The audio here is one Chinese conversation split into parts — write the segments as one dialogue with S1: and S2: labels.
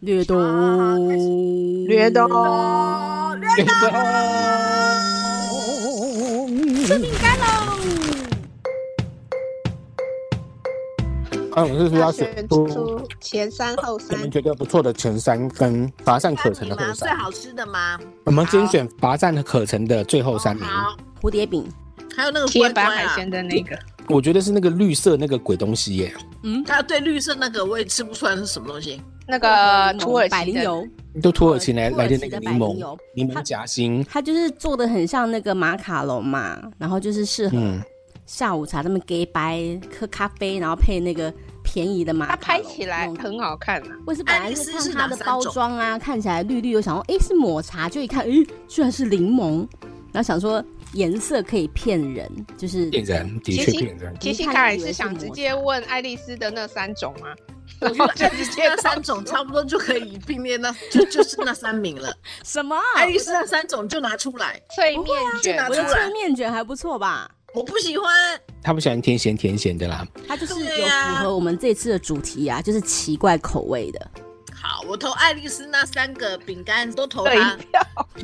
S1: 掠夺
S2: 啊开，
S3: 略懂，
S2: 哦，热吃饼干喽！
S4: 哎，我是说要选
S3: 选
S4: 出
S3: 出前三后
S4: 你
S3: 三
S4: 们，觉得不错的前三跟乏善可陈的
S2: 看你
S4: 后
S2: 们最
S4: 三。
S2: 好吃的吗？
S4: 我们精选乏善可陈的最后三名，
S2: 好，
S1: 蝴蝶饼，
S2: 还有那个
S5: 铁
S2: 乖乖
S5: 板
S2: 啊
S5: 海鲜的那个，
S4: 我觉得是那个绿色那个鬼东西耶，
S2: 还有啊对绿色那个我也吃不出来是什么东西。
S5: 那个土耳
S1: 嗯百
S5: 其
S1: 灵
S5: 的，
S1: 油，
S4: 就土耳其来
S1: 土
S4: 来
S1: 耳
S4: 的
S1: 其
S4: 那个
S1: 的百
S4: 柠
S1: 灵
S4: 檬
S1: 油，
S4: 柠檬
S1: 它
S4: 夹心，
S1: 它就是做的很像那个马卡龙嘛，然后就是适合
S4: 嗯，
S1: 下午茶这么 gay 白喝咖啡，然后配那个便宜的马
S5: 它
S1: 卡
S5: 拍
S1: 龙
S5: 起来
S1: 那种
S5: 很好看啊。
S1: 我也是本
S2: 爱
S1: 来
S2: 丽
S1: 是
S2: 丝是
S1: 看
S2: 哪
S1: 它的
S2: 三
S1: 包
S2: 种
S1: 装啊，看起来绿绿，又想说诶是抹茶，就一看诶居然是柠檬，然后想说颜色可以骗人，就是
S4: 骗人，的
S5: 其
S4: 确
S5: 实
S4: 骗人。
S5: 杰西卡也是想直接问爱丽丝的那三种吗？
S2: 我觉得
S5: 就
S2: 爱丽
S5: 直
S2: 丝
S5: 接
S2: 那三种差不多就可以并列那， 就就是那三名了。
S1: 什么？
S2: 爱丽丝那三种就拿出来，
S5: 脆面卷
S2: 啊拿
S1: 我
S2: 哎出
S1: 的
S2: 来
S1: 脆面卷还不错吧？
S2: 我不喜欢。
S4: 他不喜欢甜咸甜咸的啦，
S1: 它就是
S2: 对
S1: 有
S2: 呀
S1: 符合我们这次的主题啊，就是奇怪口味的。
S2: 好，我投爱丽丝那三个饼干都投
S5: 对
S2: 她，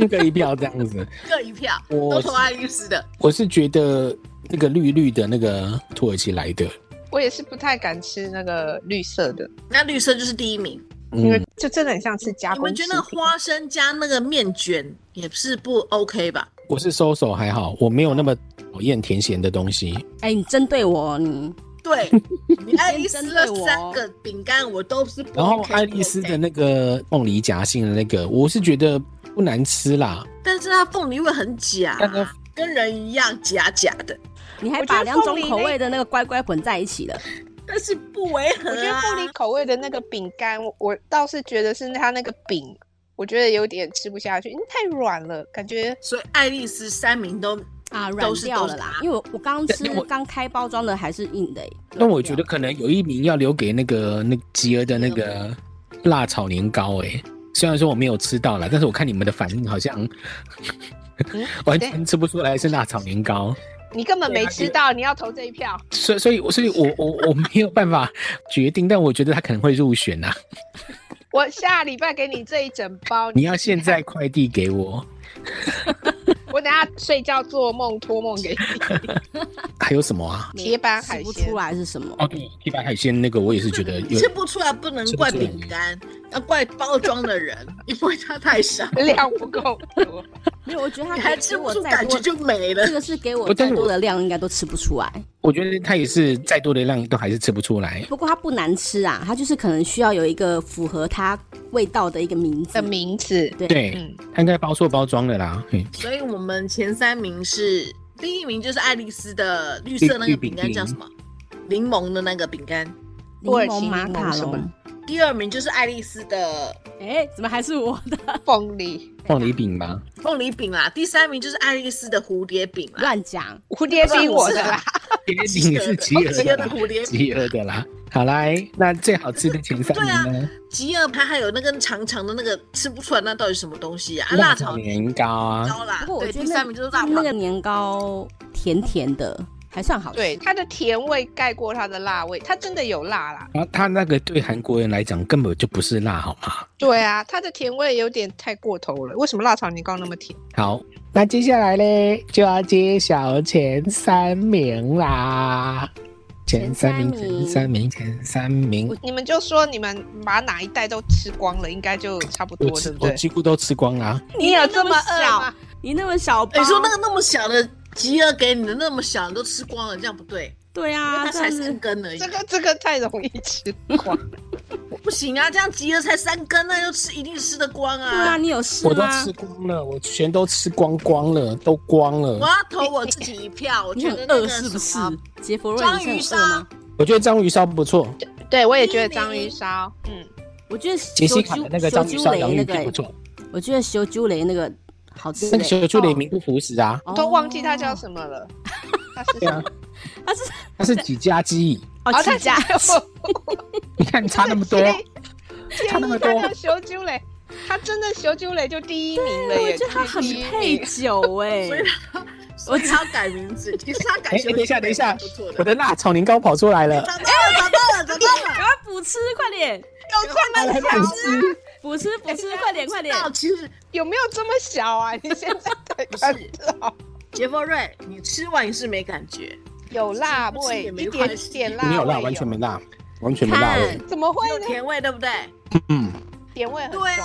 S4: 各一票这样子。
S2: 各一票，
S4: 我
S2: 都投爱丽丝的。
S4: 我是觉得那个绿绿的那个土耳其来的，
S5: 我也是不太敢吃那个绿色的，
S2: 那绿色就是第一名。
S4: 嗯
S5: 因为就真的很像吃
S2: 嗯
S5: 加
S2: 你
S5: 工
S2: 们
S5: 食
S2: 觉
S5: 品。啊
S2: 得花生加那个面卷也是不 OK 吧？
S4: 我是收手还好，我没有那么讨厌甜咸的东西。
S1: 哎，你针对我哦，你
S2: 对，你爱丽丝的
S1: 针对我
S2: 三个饼干我都是不 OK,
S4: 然后爱丽丝的，那个凤梨夹心的那个，我是觉得不难吃啦，
S2: 但是它凤梨味很假
S4: 但是，
S2: 跟人一样假假的，
S1: 你还
S5: 我觉
S1: 把
S5: 得
S1: 两
S5: 凤
S1: 种
S5: 梨
S1: 口
S5: 那
S1: 味的那个乖乖混在一起了。
S2: 但是不违和、啊。
S5: 我觉得凤梨口味的那个饼干，我我倒是觉得是它那个饼，我觉得有点吃不下去，因为太软了，感觉
S2: 所以爱丽丝三名都
S1: 啊，软
S2: 都是
S1: 掉
S2: 都
S1: 了
S2: 是
S1: 啦，
S2: 它
S1: 因为我我刚吃
S4: 但我
S1: 刚开包装的还是硬的、欸。
S4: 那我觉得可能有一名要留给那个那吉儿的那个辣炒年糕、欸，虽然说我没有吃到啦，但是我看你们的反应好像
S5: 嗯
S4: 完全吃不出来是辣炒年糕，
S5: 你根本没
S2: 啊
S5: 吃到，你要投这一票。
S4: 所以所以所以我我我没有办法决定，但我觉得他可能会入选啊！
S5: 我下礼拜给你这一整包，
S4: 你要现在快递给我，
S5: 我等下睡觉做梦托梦给你。
S4: 还有什么啊？
S1: 没
S5: 铁板海
S1: 吃不
S5: 鲜
S1: 出来是什么。
S4: 哦，对，一般海鲜那个我也是 觉得有
S2: 吃不出来，不能怪饼干，要怪包装的人，因为它太少，
S5: 量不够多，
S1: 没有，我觉得它
S2: 你
S1: 可以
S2: 还
S1: 给
S2: 吃不
S1: 我
S2: 出
S1: 再
S2: 感
S1: 多
S2: 觉，就没了
S1: 这。个是给我
S4: 我
S1: 再
S4: 但是
S1: 多
S4: 我
S1: 的量，应该都吃不出来。
S4: 我觉得它也是再多的量都还是吃不出来。
S1: 不过它不难吃啊，它就是可能需要有一个符合它味道的一个名字
S5: 的。名字，
S4: 对，
S5: 嗯，
S4: 它应该包错包装的啦。嗯，
S2: 所以我们前三名是第一名就是爱丽丝的绿色那个饼干叫什么？柠檬的那个饼干。
S1: 柠
S5: 土耳其
S1: 檬马
S5: 柠檬
S1: 卡
S5: 什么
S1: 龙。
S2: 第二名就是爱丽丝的
S1: 哎，怎么还是我的？
S5: 凤梨
S4: 凤梨饼吧，
S2: 凤梨饼啦，第三名就是爱丽丝的蝴蝶饼啦，
S1: 乱讲，
S5: 蝴蝶饼我的啦，
S4: 别饼是吉
S2: 吉
S4: 尔的
S2: 尔的
S4: 啦，
S2: 蝴蝶饼，
S4: 吉尔的啦。好来，那最好吃的前三名呢？
S2: 吉尔它还有那根长长的那个吃不出来，那到底什么东西啊？啊
S4: 辣
S2: 辣
S4: 炒
S2: 炒
S4: 年糕啊，
S2: 糕啦
S1: 不，过我
S2: 对，
S1: 觉
S2: 第
S1: 得
S2: 三名就是辣
S1: 那
S2: 炒
S1: 那个年糕甜甜的，还算好吃。
S5: 对，它的甜味盖过它的辣味，它真的有辣啦。
S4: 然后它那个对韩国人来讲根本就不是辣，好吗？
S5: 对啊，它的甜味有点太过头了。为什么辣炒年糕那么甜？
S4: 好，那接下来嘞就要揭晓前三名啦。前三名，前
S1: 前
S4: 三
S1: 三
S4: 名，前三名，
S5: 你们就说你们把哪一袋都吃光了，应该就差不多，
S4: 我
S5: 对
S4: 吃
S5: 不
S4: 我
S5: 对？
S4: 几乎都吃光啦。
S5: 你有这么饿
S1: 啊
S5: 吗？
S1: 哎你那么小包，
S2: 你说那个那么小的吉尔给你的那么小，你都吃光了，这样不对，
S1: 对
S2: 因为
S1: 啊，
S2: 它
S1: 这
S2: 才
S1: 样
S2: 三
S1: 子
S2: 根而已
S5: 这，个这个太容易吃光，
S2: 不行啊，这样吉尔才三根那就吃一定吃得光
S1: 对啊，
S2: 啊。
S1: 你有事
S4: 我都
S1: 吗
S4: 吃？光了，我全都吃光光了，都光
S2: 我
S4: 了。
S2: 要投我自己一票，我
S1: 你
S2: 觉
S1: 很
S2: 得那
S1: 饿
S2: 个
S1: 是不是
S2: 什么？
S1: 杰佛瑞，
S2: 章
S1: 你
S2: 鱼
S1: 是很饿吗？
S4: 我觉得章鱼烧不错，
S5: 对我也觉得章鱼烧，嗯，
S1: 我觉得
S4: 杰
S1: 修
S4: 西
S1: 修
S4: 卡的那个章鱼烧洋芋
S1: 那
S4: 片不
S1: 个，
S4: 错，
S1: 我觉得修猪雷那个好吃欸。
S4: 那个小猪雷名不符实啊，
S1: 哦
S5: 都忘记它叫什么了。它是
S4: 对
S5: 什
S4: 啊
S5: 么？，
S1: 它是
S4: 它是几家鸡翼，
S1: 哦
S5: 哦，
S1: 起家，
S5: 它是
S4: 你看差那么多，差那么多
S5: 他的小酒嘞，他真的小酒嘞就第一名了
S1: 我
S5: 耶，
S1: 觉得它很
S5: 第一名
S1: 配 酒哎
S2: 所。以他，所以他要改名字。其实他改
S4: 哎
S2: 修
S4: 哎等一下
S2: 改
S4: 等一下
S2: 不错
S4: 我
S2: 的。
S4: 的辣炒年糕跑出来了，
S1: 啊
S2: 找到了，找到了，找到了！
S1: 赶快补吃，快点！
S5: 有这么
S4: 来
S5: 小
S4: 来
S5: 吗？
S4: 吃，
S1: 不吃不吃，快点快点！
S2: 到其实
S5: 有没有这么小啊？你现在才
S2: 不是
S5: 看到
S2: 杰佛瑞，你吃完也是没感觉，
S5: 有辣
S2: 不吃
S5: 味，哦
S2: 也没
S5: 一
S2: 关
S5: 点
S2: 系
S5: 点辣，
S2: 辣
S4: 没有辣，完全。没辣，完全没辣味
S1: 看。
S5: 怎么会
S2: 有
S5: 呢？
S2: 甜味对不对？
S4: 嗯，
S5: 甜味很重。
S2: 对啊，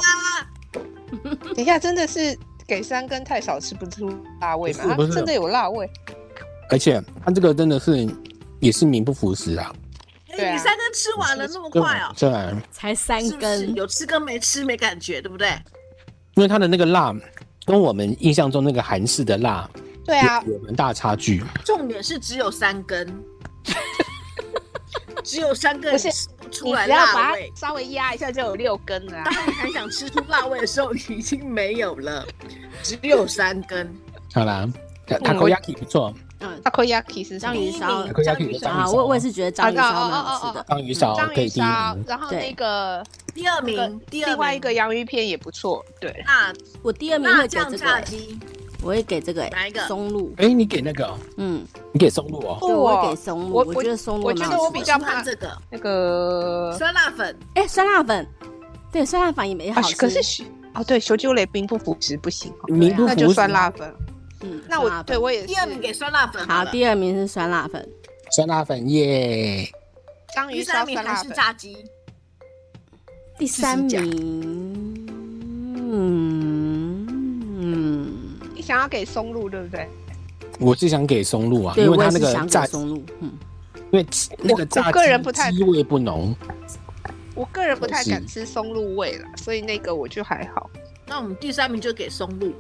S5: 等一下，真的是给三根太少，吃不出辣味
S4: 不
S5: 嘛？
S4: 是不
S5: 它
S4: 是
S5: 真的有辣味，
S4: 而且它这个真的是也是名不符实啊。
S5: 对
S2: 哎，
S5: 啊
S2: 你三根吃完了那么快哦，
S4: 对，对
S1: 才啊三
S2: 是不是？
S1: 根，
S2: 有吃跟没吃没感觉，对不对？
S4: 因为它的那个辣跟我们印象中那个韩式的辣
S5: 对啊，
S4: 有有蛮大差距。
S2: 重点是只有三根，只有三根
S5: 不是
S2: 吃不出
S5: 你
S2: 来
S5: 只要把
S2: 辣
S5: 它
S2: 味。
S5: 稍微压一下就有六根了啊
S2: 当。你还想吃出辣味的时候，你已经没有了，只有三根。
S4: 好啦，塔口亚 i 不错，
S1: 嗯，
S5: Takoyaki 是什
S1: 章
S5: 么？
S1: 鱼烧
S2: 第一名
S4: 塔口亚 i
S2: 章鱼烧
S4: 的章鱼
S1: 啊，
S4: 烧，
S1: 我我也是觉得章鱼烧蛮好吃
S5: 哦哦哦哦
S1: 的。
S4: 章鱼烧
S5: 章鱼
S4: 可以第一
S5: 烧
S4: 名，。
S5: 然后
S1: 对
S5: 那个
S2: 第二
S5: 那
S2: 名
S5: 个，
S2: 第二
S5: 另外一
S2: 名
S5: 个洋芋片也不错，对，
S2: 辣
S1: 我第二名
S2: 辣
S1: 会给
S2: 酱
S1: 这个、
S2: 炸
S1: 欸，
S2: 鸡，
S1: 我会给这个、欸，
S2: 哪一个
S1: 松露，
S4: 哎，你给那个哦，
S1: 嗯，
S4: 你给松露哦，
S5: 不
S1: 对，我会
S5: 哦
S1: 给，松露，
S5: 我
S1: 我觉得松露
S5: 我
S1: 蛮
S5: 觉
S1: 好
S5: 得我
S1: 吃
S5: 比
S1: 的
S5: 较
S2: 喜欢
S5: 怕
S2: 这个
S5: 那个
S2: 酸辣粉，
S1: 哎、酸辣粉，对，酸辣粉也没
S5: 啊
S1: 好吃，，
S5: 可是雪哦，对，熊鸠雷冰不腐食不行哦，
S4: 名不
S5: 那就
S4: 符实
S5: 酸。辣粉。
S1: 嗯，
S5: 那
S1: 酸
S5: 我
S1: 辣
S5: 对
S1: 粉
S5: 我也
S2: 第二名
S5: 是
S2: 给酸辣粉
S1: 好，
S2: 了，
S1: 第二名是酸辣粉，
S4: 酸辣粉耶，
S5: 章
S2: 第
S5: 鱼
S2: 三
S5: 烧
S2: 名
S5: 酸
S2: 还
S5: 辣
S2: 是
S5: 粉。
S2: 炸鸡，
S1: 第三
S2: 是假
S1: 名，嗯嗯，
S5: 你想要给松露对不对？
S4: 我是想给松露啊，
S1: 对
S4: 因为
S1: 我也
S4: 它那
S1: 是
S4: 个
S1: 想
S4: 炸
S1: 给，松露，嗯，
S4: 因为那个炸
S5: 我个人不太
S4: 鸡鸡味不浓，
S5: 我个人不太
S4: 是
S5: 敢吃松露味了，所以那个我就还好，
S2: 那我们第三名就给松露，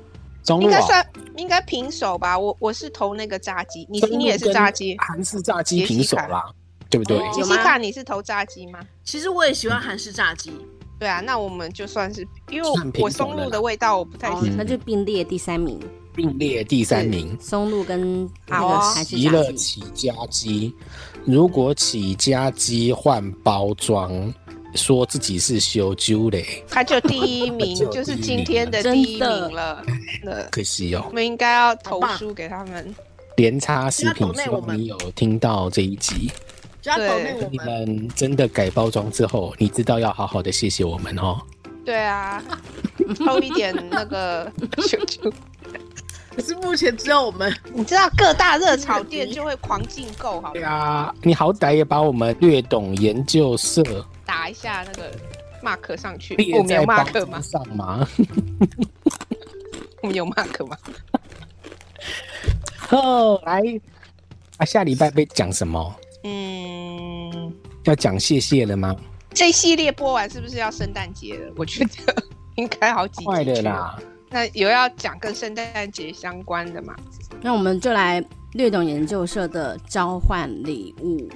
S4: 松
S5: 应
S4: 露
S5: 该
S4: 啊，
S5: 算应该平手吧。我我是投那个炸鸡，你
S4: 松露
S5: 你也是
S4: 跟
S5: 炸鸡，
S4: 韩式炸鸡平手啦，对不对？
S1: 哦
S5: 杰西卡你是投炸鸡吗？
S2: 其实我也喜欢韩式炸鸡，
S5: 对啊，那我们就算是，因为
S4: 算平
S5: 我
S4: 手
S5: 松
S4: 了
S5: 露
S4: 啦
S5: 的味道我不太
S1: 好
S5: 喜，
S4: 嗯
S1: 那就并列第三名，
S4: 并列第三名。
S1: 松露跟那
S5: 好
S1: 个
S5: 哦
S1: 还是
S4: 极乐
S1: 炸鸡，
S4: 起家鸡，如果起家鸡换包装，说自己是修鸠嘞，
S5: 它就第一名，
S4: 就
S5: 就是
S4: 第一
S5: 今
S4: 名
S5: 天
S4: 了
S5: 的
S1: 真
S5: 第一
S1: 的
S5: 名了。那
S4: 可惜哦
S5: 我，们应该要
S2: 好
S5: 投
S2: 棒
S5: 书给他们。
S4: 连差食
S2: 不要
S4: 品，
S2: 抖内
S4: 希
S2: 我
S4: 望
S2: 们
S4: 你有听到这一集。
S2: 只要抖内
S5: 对
S2: 我
S4: 你
S2: 们，
S4: 们真的改包装之后，你知道要好好的谢谢我们哦。
S5: 对啊，偷一点那个就就，
S2: 可是目前只有我们
S5: 你知道各大热炒店就会狂进购，好
S4: 对
S5: 吗？
S4: 啊，你好歹也把我们略懂研究社
S5: 打一下那个 mark 上去。我
S4: 列
S5: 们有
S4: 在包
S5: mark 吗
S4: 装？上嘛。
S5: 我们有 mark 吗？
S4: 哦，来啊，下礼拜被讲什么？
S5: 嗯，
S4: 要讲谢谢了吗？
S5: 这一系列播完是不是要圣诞节了？我觉得应该好几集
S4: 快的
S5: 去了。
S4: 啦，
S5: 那有要讲跟圣诞节相关的吗？
S1: 那我们就来略懂研究社的交换礼物，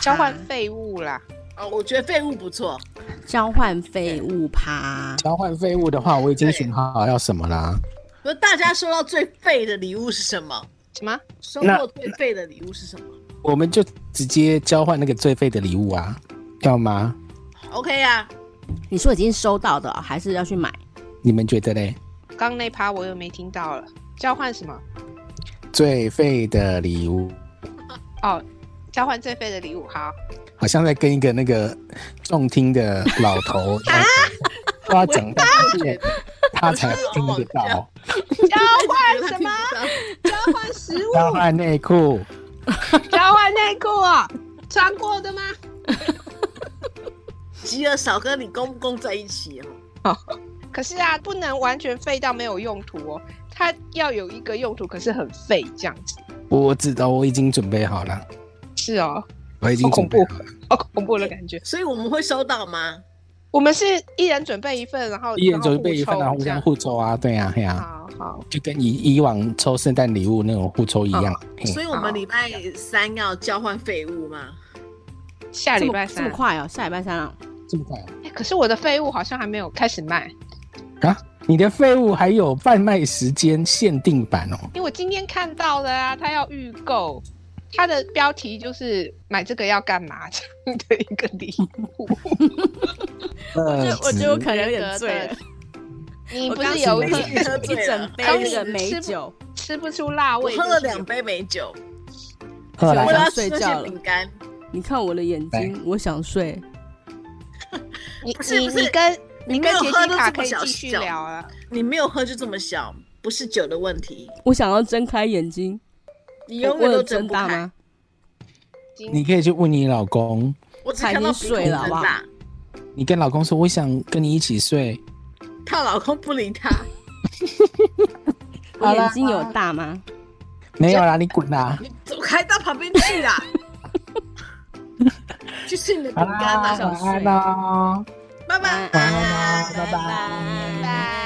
S5: 交换废物啦，
S2: 哦，我觉得废物不错，
S1: 交换废物趴，
S4: 交换废物的话，我已经选好要什么啦。
S2: 那大家收到最废的礼物是什么？
S5: 什么？
S2: 收过最废的礼物是什么
S4: 我们就直接交换那个最废的礼物啊，要吗？
S2: ？OK 啊，
S1: 你说已经收到的还是要去买？
S4: 你们觉得嘞？
S5: 刚那趴我又没听到了，交换什么？
S4: 最废的礼物，
S5: 哦，交换最废的礼物。好，
S4: 好像在跟一个那个重听的老头在他讲半天，他才听得到。
S5: 交换什 么？交换食物？
S4: 交换内裤，
S5: 交换内裤啊？穿过的吗？
S2: 吉尔少跟你公公在一起哦，
S5: 可是啊，不能完全废到没有用途哦，它要有一个用途，可是很废这样子。
S4: 我知道，我已经准备好了，
S5: 是哦，
S4: 我已经准备好了，
S5: 好恐怖的感觉。
S2: 所以我们会收到吗？
S5: 我们是一人准备一份，然后
S4: 一人准备一份
S5: 然
S4: 啊，
S5: 后抽
S4: 互
S5: 这
S4: 相
S5: 样
S4: 互抽啊，对啊，对啊，
S5: 好好，
S4: 就跟以以往抽圣诞礼物那种互抽一样。嘿
S2: 所以我们礼拜三要交换废物吗？
S5: 下
S1: 这
S5: 礼
S1: 么
S5: 拜
S1: 这
S5: 三
S1: 么。快哦，下礼拜三啊，
S4: 这么快啊
S5: 哎可是我的废物好像还没有开始卖，
S4: 啊？你的废物还有贩卖时间限定版哦。
S5: 因为我今天看到了啊，它要预购，它的标题就是“买这个要干嘛”这样的一个礼物。
S4: 呃，
S1: 我觉得我可能有
S5: 值
S1: 点
S5: 得
S1: 醉
S5: 的
S1: 了，
S5: 你
S1: 我
S5: 嗯不
S1: 刚
S5: 是有
S4: 刚
S5: 一
S4: 是
S5: 个
S4: 没
S2: 喝
S1: 一
S2: 醉
S1: 整
S2: 了，
S1: 杯
S5: 可
S1: 那
S5: 以
S1: 个
S5: 吃
S1: 美
S5: 不
S1: 酒，
S5: 吃不出辣
S2: 我
S5: 味？
S2: 喝了
S5: 就是有
S2: 两杯美酒，
S4: 后
S1: 我
S2: 为
S1: 想
S4: 来
S2: 了吃
S1: 睡
S2: 那
S1: 觉了
S2: 些饼干。
S1: 你看我的眼睛，我想睡。
S5: 你
S2: 不是
S5: 你
S2: 不是
S5: 你跟
S2: 你没
S5: 跟
S2: 有
S5: 杰
S2: 喝
S5: 西
S2: 就
S5: 卡
S2: 这
S5: 可
S2: 么
S5: 以
S2: 小
S5: 继续聊
S2: 小，
S5: 啊。
S2: 你没有喝就这么小，不是酒的问题，
S1: 我想要睁开眼睛，
S2: 你
S1: 我
S2: 永
S1: 我
S2: 远
S1: 有
S2: 都
S1: 睁
S2: 睁不
S1: 大
S2: 开。
S1: 吗？
S4: 你可以去问你老公，
S2: 我只看到
S1: 他已经
S2: 鼻孔
S1: 睡了好
S2: 睁
S1: 不好
S2: 大，
S4: 你跟老公说我想跟你一起睡，
S2: 她老公不理她。
S1: 我
S4: 好了
S1: 眼睛有大吗？
S4: 没有啦，你滚啦！
S2: 你走开到旁边去啦！去吃你的饼干
S4: 好
S2: 啦，
S4: 啦，晚安喽。
S2: 拜拜，
S1: 晚
S4: 安晚安拜拜
S1: 拜
S5: 拜。